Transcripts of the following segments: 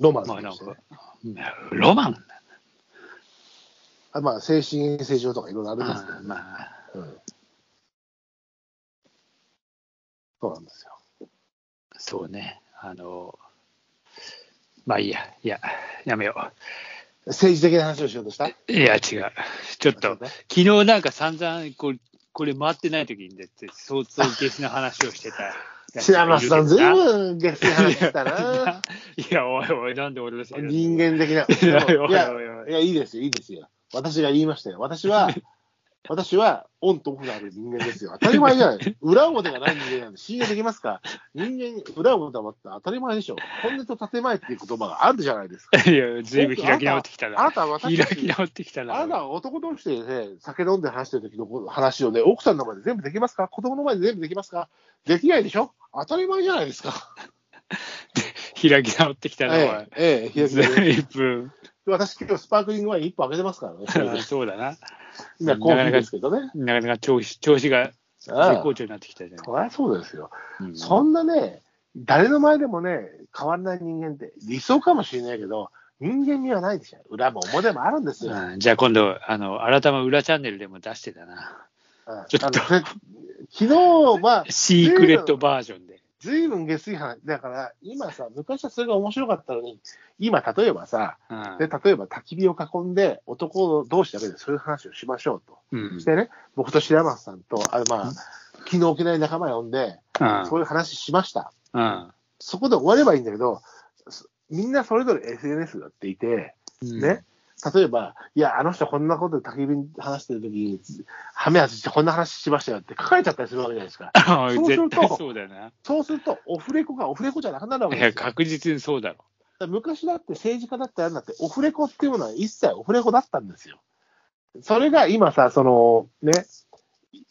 ロマンまあでなんすねか、ロマンあまあ、精神衛生上とかいろいろあるんですけどまね。あ、うんそうなんですよ。そうね。あの、まあいいや、いや、やめよ政治的な話をしようとしたう。いや、違う。ちょっと、 昨日なんか散々これ、これ回ってない時に出て、相当下スな話をしてたやつ 白がい松るけさどな。ん、ずいぶん逆に話してたな。いや、おいおい、なんで俺のせいだ人間的な。いやいでもいややいやいや、いや、いいですよ、いいですよ。私が言いましたよ。私は、 私は、オンとオフがある人間ですよ。当たり前じゃない。裏表がない人間なんで、信用できますか人間に裏表は当たり前でしょ。本音と建前っていう言葉があるじゃないですか。いや、ずいぶん開き直ってきたあなな。たは開私たちき直ってきたな。あなたは男同士でね、酒飲んで話してる時の話をね、奥さんの前で全部できますか子供の前で全部できますかできないでしょ当たり前じゃないですか。開き直ってきたな、おいえ。え、ええ、平塚君 随分。私今日スパークリングワイン1本あげてますからね。そうだな。今コーヒーですけどね。なかなか調子調子がああ絶好調になってきたじゃないそりゃそうですよ。うんそんなね、誰の前でもね、変わらない人間って理想かもしれないけど、人間味はないでしょ。裏も表もあるんですよ。うんうんじゃあ今度、あの、改ま裏チャンネルでも出してたな。あちょっとのね昨日は、シークレットバージョンで。ずいぶん下水話、だから今さ、昔はそれが面白かったのに、今、例えばさ、うんで例えば焚き火を囲んで、男同士だけでそういう話をしましょうと。うんしてね、僕と白松さんと、あまあ、気の置けない仲間呼んで、うんそういう話しました。うんそこで終わればいいんだけど、そみんなそれぞれ SNS やっていて、うんね、例えば、いや、あの人こんなことで焚き火話してる時に、ハメ外してこんな話しましたよって書かれちゃったりするわけじゃないですか。あそうする絶と対そうだよな。そうすると、オフレコがオフレコじゃなくなるわけいですよや、。確実にそうだろ。だから昔だって政治家だってあれだって、オフレコっていうものは一切オフレコだったんですよ。それが今さ、そのね、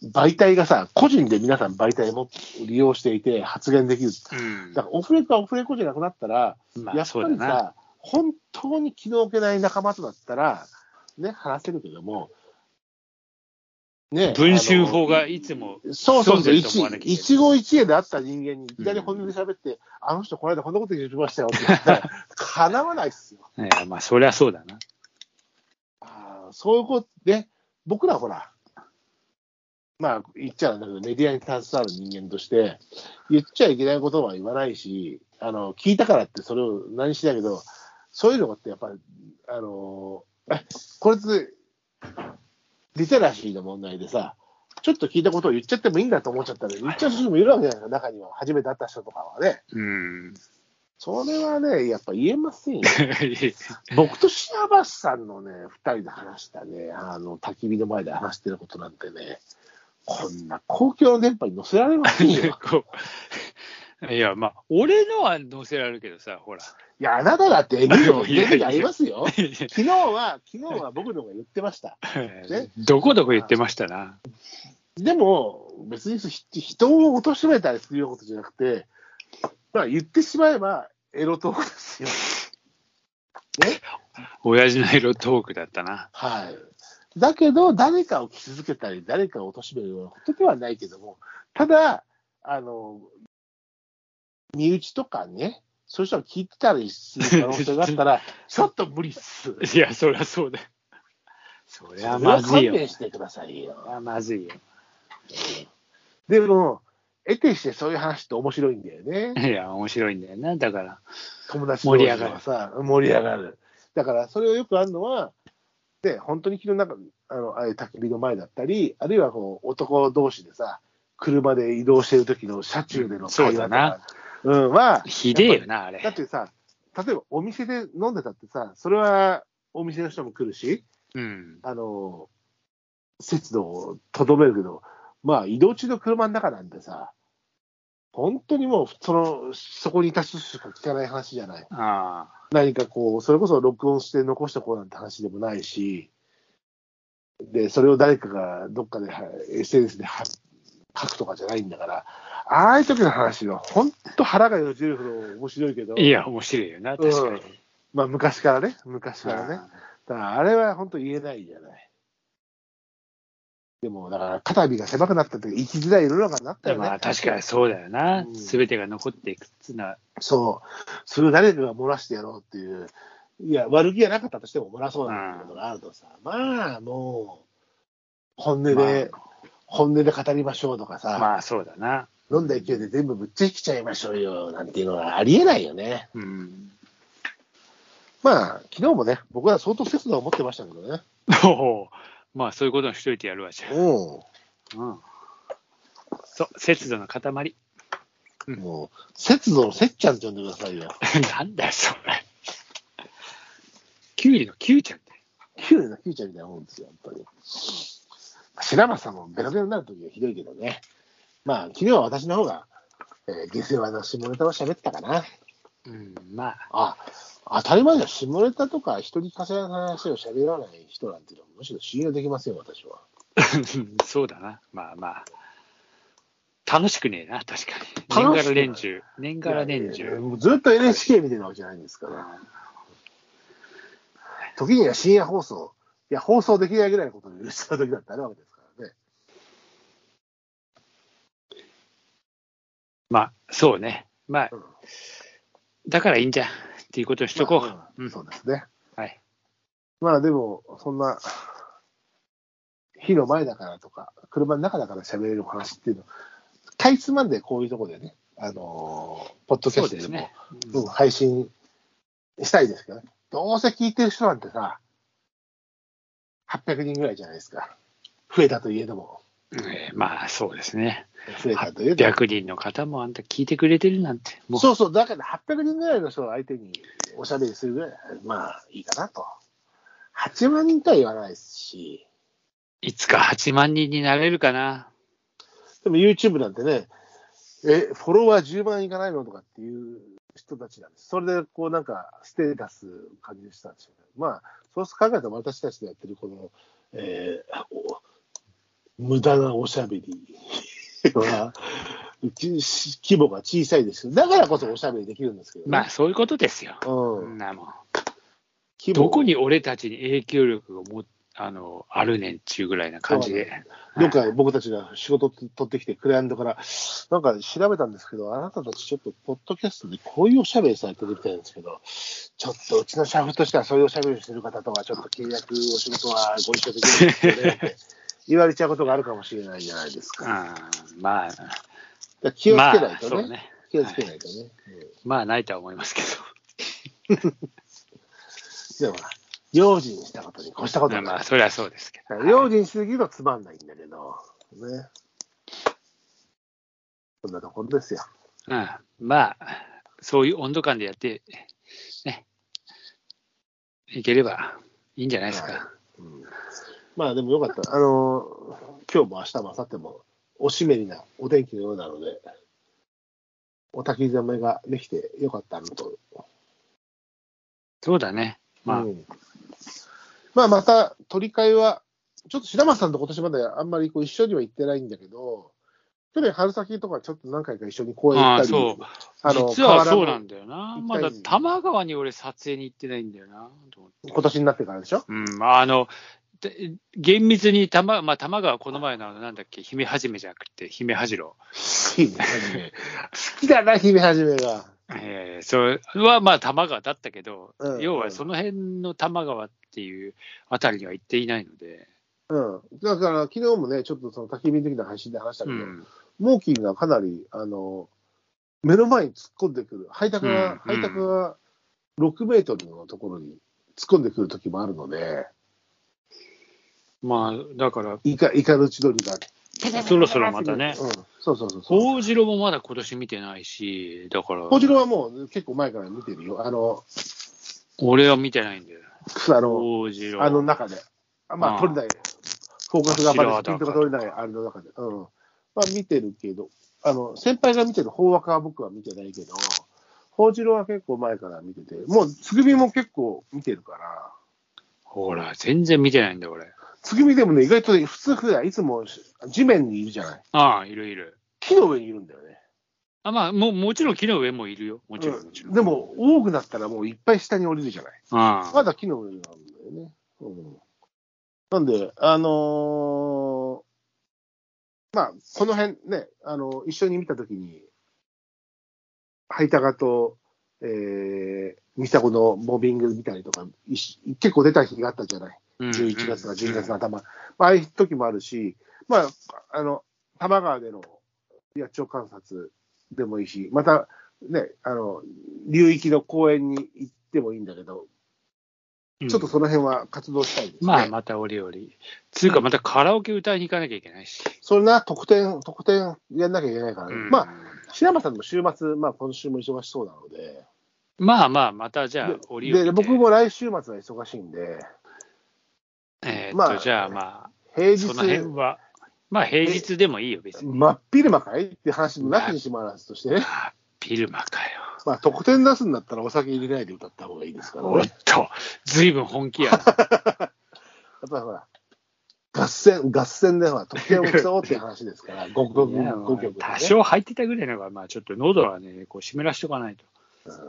媒体がさ、個人で皆さん媒体を利用していて発言できる。うんだからオフレコはオフレコじゃなくなったら、まやあ、っそぱうだりな。さ、本当に気の置けない仲間とだったら、ね、話せるけども、ね、文春法がいつも、そうそうそう、潜んでる一と思わなきゃいけない一期一会で会った人間にいきなり本音で喋って、あの人この間こんなこと言ってましたよって言った ら、かなわないっすよ。いや、まあ、そりゃそうだな。あーそういうことね、僕らほら、まあ言っちゃうんだけど、メディアに携わる人間として、言っちゃいけないことは言わないし、あの聞いたからってそれを何しないけど、そういうのってやっぱり、あの えこれつ、リテラシーの問題でさ、ちょっと聞いたことを言っちゃってもいいんだと思っちゃったら、言っちゃう人もいるわけじゃないですか、中には、初めて会った人とかはね。 うん。それはね、やっぱ言えませんよ。う僕と白橋さんのね、二人で話したね、あの、焚き火の前で話してることなんてね、こんな公共の電波に載せられませんよ。んいや、まあ、俺のは載せられるけどさ、ほら。いや、あなただってエネルギー出てありますよ。いや昨日は、昨日は僕の方が言ってました。ね どこどこ言ってましたな。でも、別にひ人を貶めたりするようなことじゃなくて、まあ言ってしまえば、エロトークですよ。親父のエロトークだったな。はい。だけど、誰かを傷つけたり、誰かを貶めるようなことではないけども、ただ、あの、身内とかね、そういう人が聞いてたりする可能性があったら、ちょっと無理っす。いや、そりゃそうだよ。そりそれゃはま ずいよ。勘弁してくださいよ。まずいよ。でも、得てしてそういう話って面白いんだよね。いや、面白いんだよな。だから、友達同士がさ、盛り上がる。だから、それをよくあるのは、で、本当に昨日なんか、あの、ああいう焚き火の前だったり、あるいはこう、男同士でさ、車で移動してる時の車中での会話とそうだかな、うん、は、ひでえよな、あれだっ。てさ、例えばお店で飲んでたってさ、それはお店の人も来るし、うん。あの、節度をとどめるけど、まあ、移動中の車の中なんてさ、本当にもう、その、そこにいた人しか聞かない話じゃない。ああ。何かこう、それこそ録音して残したこうなんて話でもないし、で、それを誰かがどっかでは SNS では書くとかじゃないんだから、ああいう時の話は本当腹がよじるほど面白いけど、いや、面白いよな、確かに。まあ昔からね、昔からね。だからあれは本当言えないじゃない。でも、だから、肩身が狭くなったというか、生きづらい世の中になったよね。まあ確かにそうだよなう。んすべ、てが残っていくっつうのは、そう。それを誰かが漏らしてやろうっていう。いや、悪気がなかったとしても漏らそうなんてことがあるとさ、まあ、もう、本音で、本音で語りましょうとかさ、まあそうだな。飲んだ勢いで全部ぶっちゃきちゃいましょうよ、なんていうのはありえないよね。うん。まあ、昨日もね、僕ら相当節度を持ってましたけどね。おおまあそういうことにしといてやるわじゃうん。あ。うん。そう、節度の塊。うんもう、節度のせっちゃんって呼んでくださいよ。 なんだよ、それ。キュウリのキュウちゃんだよ。キュウリのキュウちゃんみたいなもんですよ、本当に。白松さんもベロベロになる時はひどいけどね。まあ、昨日は私の方が、えー、下世話な下ネタを喋ってたかな。うん、まあ、あ、当たり前じゃん。下ネタとか人に稼いな話を喋らない人なんていうのはむしろ信用できませんよ、私は。 そうだな。まあまあ。楽しくねえな、確かに。くない年がら年中。年がら年いやいや中。もうずっと NHK 見てるわけじゃないんですから。時には深夜放送。いや、放送できないぐらいのことを許した時だってあるわけですからね。まあ、そうね。まあうん、だからいいんじゃん。っていうことにしとこう。まあうんそうですね。はい。まあでも、そんな、火の前だからとか、車の中だから喋れるお話っていうの、かいつまんでこういうところでね、あのーポッドキャそうスでトすでもね。うん、配信したいですけどね。どうせ聞いてる人なんてさ、800人ぐらいじゃないですか。増えたといえども。えーまあ、そうですね。増えたといえども。 800人の方もあんた聞いてくれてるなんて、もうそうそう、だから800人ぐらいの人を相手におしゃべりするぐらい、まあいいかなと。8万人とは言わないですし、いつか8万人になれるかな。でも YouTube なんてね、え、フォロワー10万いかないのとかっていう人たちなんです。それで、こうなんか、ステータス感じしたんですよね。まあ、そうすると考えたら私たちのやってるこの、えーお無駄なおしゃべり は、きし規模が小さいですけどだからこそおしゃべりできるんですけど、ね。まあ、そういうことですよ。うそんん、なもん規模どこに俺たちに影響力がもあのあるねんっちゅうぐらいな感じで。どっか僕たちが仕事取ってきて、クライアントから、なんか調べたんですけど、あなたたちちょっと、ポッドキャストでこういうおしゃべりされてるみたいなんですけど、ちょっとうちの社フとしてはそういうおしゃべりしてる方とは、ちょっと契約、お仕事はご一緒できないですよねって言われちゃうことがあるかもしれないじゃないですか。だかあーまあ、ら気をつけまないあ、とそね。うね。気をつけないとね。うんまあ、ないとは思いますけでもほら、用心したことに越したことど。はないまあ、それはそうですけど。用心しすぎるとつまんないんだけど、ね。そんなところですよ。うん、まあ、そういう温度感でやって、ね、いければいいんじゃないですはいか。うんまあでもよかった。あのー、今日も明日も明後日も、おしめりなお天気のようなので、お焚き染めができてよかったのと。そうだね。まあ、うんまあまた、取り替えは、ちょっと白松さんと今年まであんまりこう一緒には行ってないんだけど、去年春先とかちょっと何回か一緒に公園行ったり、ああそうあの実はそ河うな原んだよな。行まきただい多摩川に俺撮影に行ってないんだよな。と思って今年になってからで しょうん、あの、で厳密に多摩、まあ、多摩川この前のあの、なんだっけ、姫はじめじゃなくて、姫はじろ。姫はじめ。好きだな、姫はじめが。えー、それはまあ多摩川だったけど、うん要はその辺の多摩川っていうあたりには行っていないので、うん。だから昨日もね、ちょっとその焚き火の時の配信で話したけうど、ん、モーキーがかなり、あの、目の前に突っ込んでくる。配達が、うんうん配達が6メートルのところに突っ込んでくる時もあるので、まあだから、イカ、イカの千鳥が。そろそろまたねうん。そうそうそうそう。大城もまだ今年見てないし、だから、こちらはもう結構前から見てるよ。あの、俺は見てないんだよ。あの、大城。あの中で。あまああ、あ取れない。フォーカスがあまり白スはピードだからが取れない、あれの中で。うん。まあ、見てるけど、あの、先輩が見てる方枠は僕は見てないけど、法次郎は結構前から見てて、もう、つぐみも結構見てるから、ほら、全然見てないんだよ俺。つぐみでもね、意外とね、普通普段いつも地面にいるじゃない。ああ、いるいる。木の上にいるんだよね。あまあ、もうもちろん木の上もいるよ。もちろん、もちろん。でも、多くなったらもういっぱい下に降りるじゃない。ああ、まだ木の上なんだよね。うん、なんで、あのーまあ、この辺ね、あの、一緒に見たときに、ハイタカと、えー、ミサコのモービング見たりとか、いし結構出た日があったじゃない。うん11月か12月の頭。まあ、ああいう時もあるし、まあ、あの、多摩川での野鳥観察でもいいし、また、ね、あの、流域の公園に行ってもいいんだけど、うんちょっとその辺は活動したいですね。まあ、また折々。つうか、またカラオケ歌いに行かなきゃいけないし。そんな特典、特典やんなきゃいけないからね。うんまあ、白間さんも週末、まあ今週も忙しそうなので。まあまあ、またじゃあ折々。で、僕。も来週末は忙しいんで、えーっと、まあじゃあま平あ、その辺日、は、まあ平日でもいいよ、別に。真っ昼間かいって話もなきにしもあらずとしてね、昼間かよ。まあ特典出すんだったらお酒入れないで歌った方がいいですからおね。やっっと、ずいぶん本気やな。ぱりほら、合戦、合戦でほら、特典を競おうっていう話ですから、5曲、 いやまあ5曲、ね。多少入ってたぐらいのが、まあちょっと喉はね、こう湿らしとかないと。うん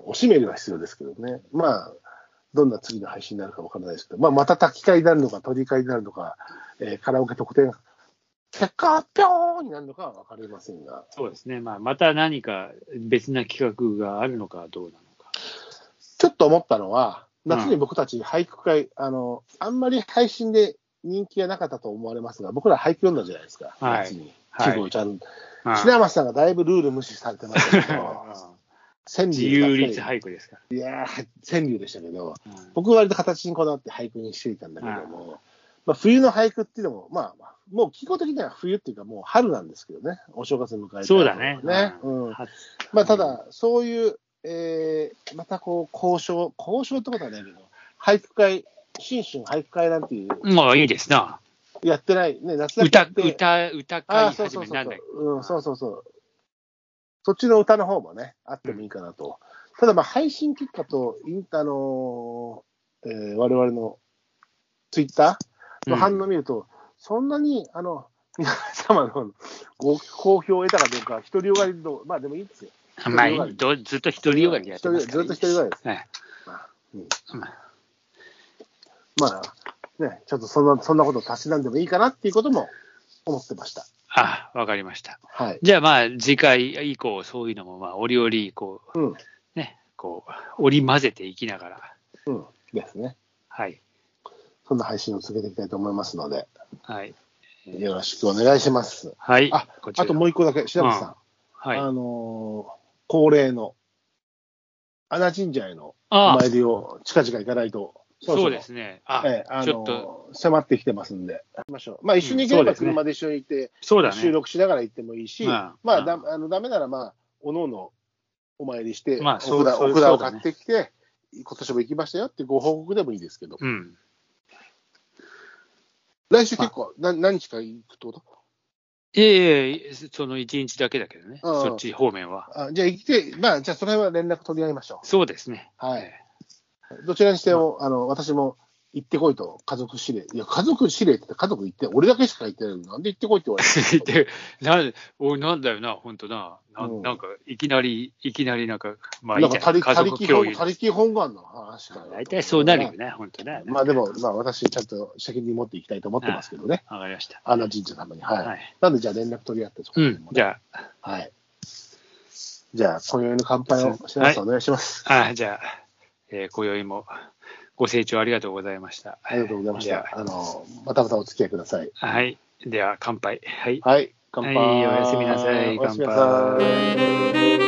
おしめりは必要ですけどね。まあ、どんな次の配信になるかわからないですけど、まあ、また炊き替えになるのか、取り替えになるのか、えーカラオケ特典、結果ぴょーんになるのかはわかりませんが、そうですね。まあまた何か別な企画があるのかどうなのか。ちょっと思ったのは、夏うにん僕たち俳句会、あの、あんまり配信で人気がなかったと思われますが、僕ら俳句読んだじゃないですか、はい夏に。はい季語ちゃん、うん、品松さんがだいぶルール無視されてましたけどうん川 自柳由だった律り俳句ですから。いやー、川柳でしたけど、うん僕は割と形にこだわって俳句にしていたんだけども、まあ、冬の俳句っていうのも、まあまあ、もう季語的には冬っていうか、もう春なんですけどね、お正月迎えたりとそかうだね。ねうんはまあ、ただ、そういう、えーまたこう、交渉、交渉ってことはないけど、俳句会、新春俳句会なんていう、もういいですな。やってない、ね、夏だけや歌、って歌、歌ああー、会そう始そうめそなうんだっけそう、うん、そうそうそう。そっちの歌の方もね、あってもいいかなと。ただ、まあ、配信結果と、インタの、えー、我々のツイッターの反応を見ると、そんなに、あの、皆様のご好評を得たかどうか、一人よがりの、まあでもいいですよ。まあいいどずっと一人よがりでやってますから。一人ずっと一人よがりですはいまあ、ね、ちょっとそんな、そんなことをたしなんでもいいかなっていうことも思ってました。あ、わかりました。はい。じゃあまあ次回以降、そういうのもまあ折々、こうん。う、ね、こう、織り交ぜていきながら、うん。ですね。はい。そんな配信を続けていきたいと思いますので、はい。よろしくお願いします。はい。あ、こちらあともう一個だけ、白松さん。はい。ああのー恒例の、安田神社へのおあ、参りを近々行かないと、ろろそうですね。あ、ええあちょっと、のー迫ってきてますんで、行きましょう。まあ、一緒に行けうれんばそうですね車で一緒に行って、そうだね。収録しながら行ってもいいし、うんまうあ、んだあのダメなら、まあ、おのおのお参りして、まあお札そうそうお札そをうだね買ってきて、今年も行きましたよってご報告でもいいですけど、うん。来週結構、な何日か行くってこといえいえ、その一日だけだけどね。うんそっち方面は。あじゃあ行って、まあ、じゃあその辺は連絡取り合いましょそうですね。う。はいえ。えどちらにしても、あの、私も行ってこいと、家族指令。いや、家族指令って言って家族行って、俺だけしか行ってないのになんで行ってこいって言われて。で、なん、おいなんだよな、本当な。なうんなんか、いきなり、いきなりなんか、まあいないんじかゃ他ん。力、家他族力共本有。他力本願の話かな。大体そうなるよね、本当ね。まあでも、まあ私、ちゃんと責任持っていきたいと思ってますけどね。わかりました。あの神社様に。はい。はい。なんで、じゃあ連絡取り合って、そこうでんも。じゃはい。じゃあ、今宵の乾杯を、白石さんお願いします。あ、あじゃあ、えー今宵もご清聴ありがとうございました。ありがとうございましじゃた。あの、またまたお付き合いください。あはい。では、乾杯。はい。はい。乾杯。はいおやすみなさいおやすみなさ乾い。杯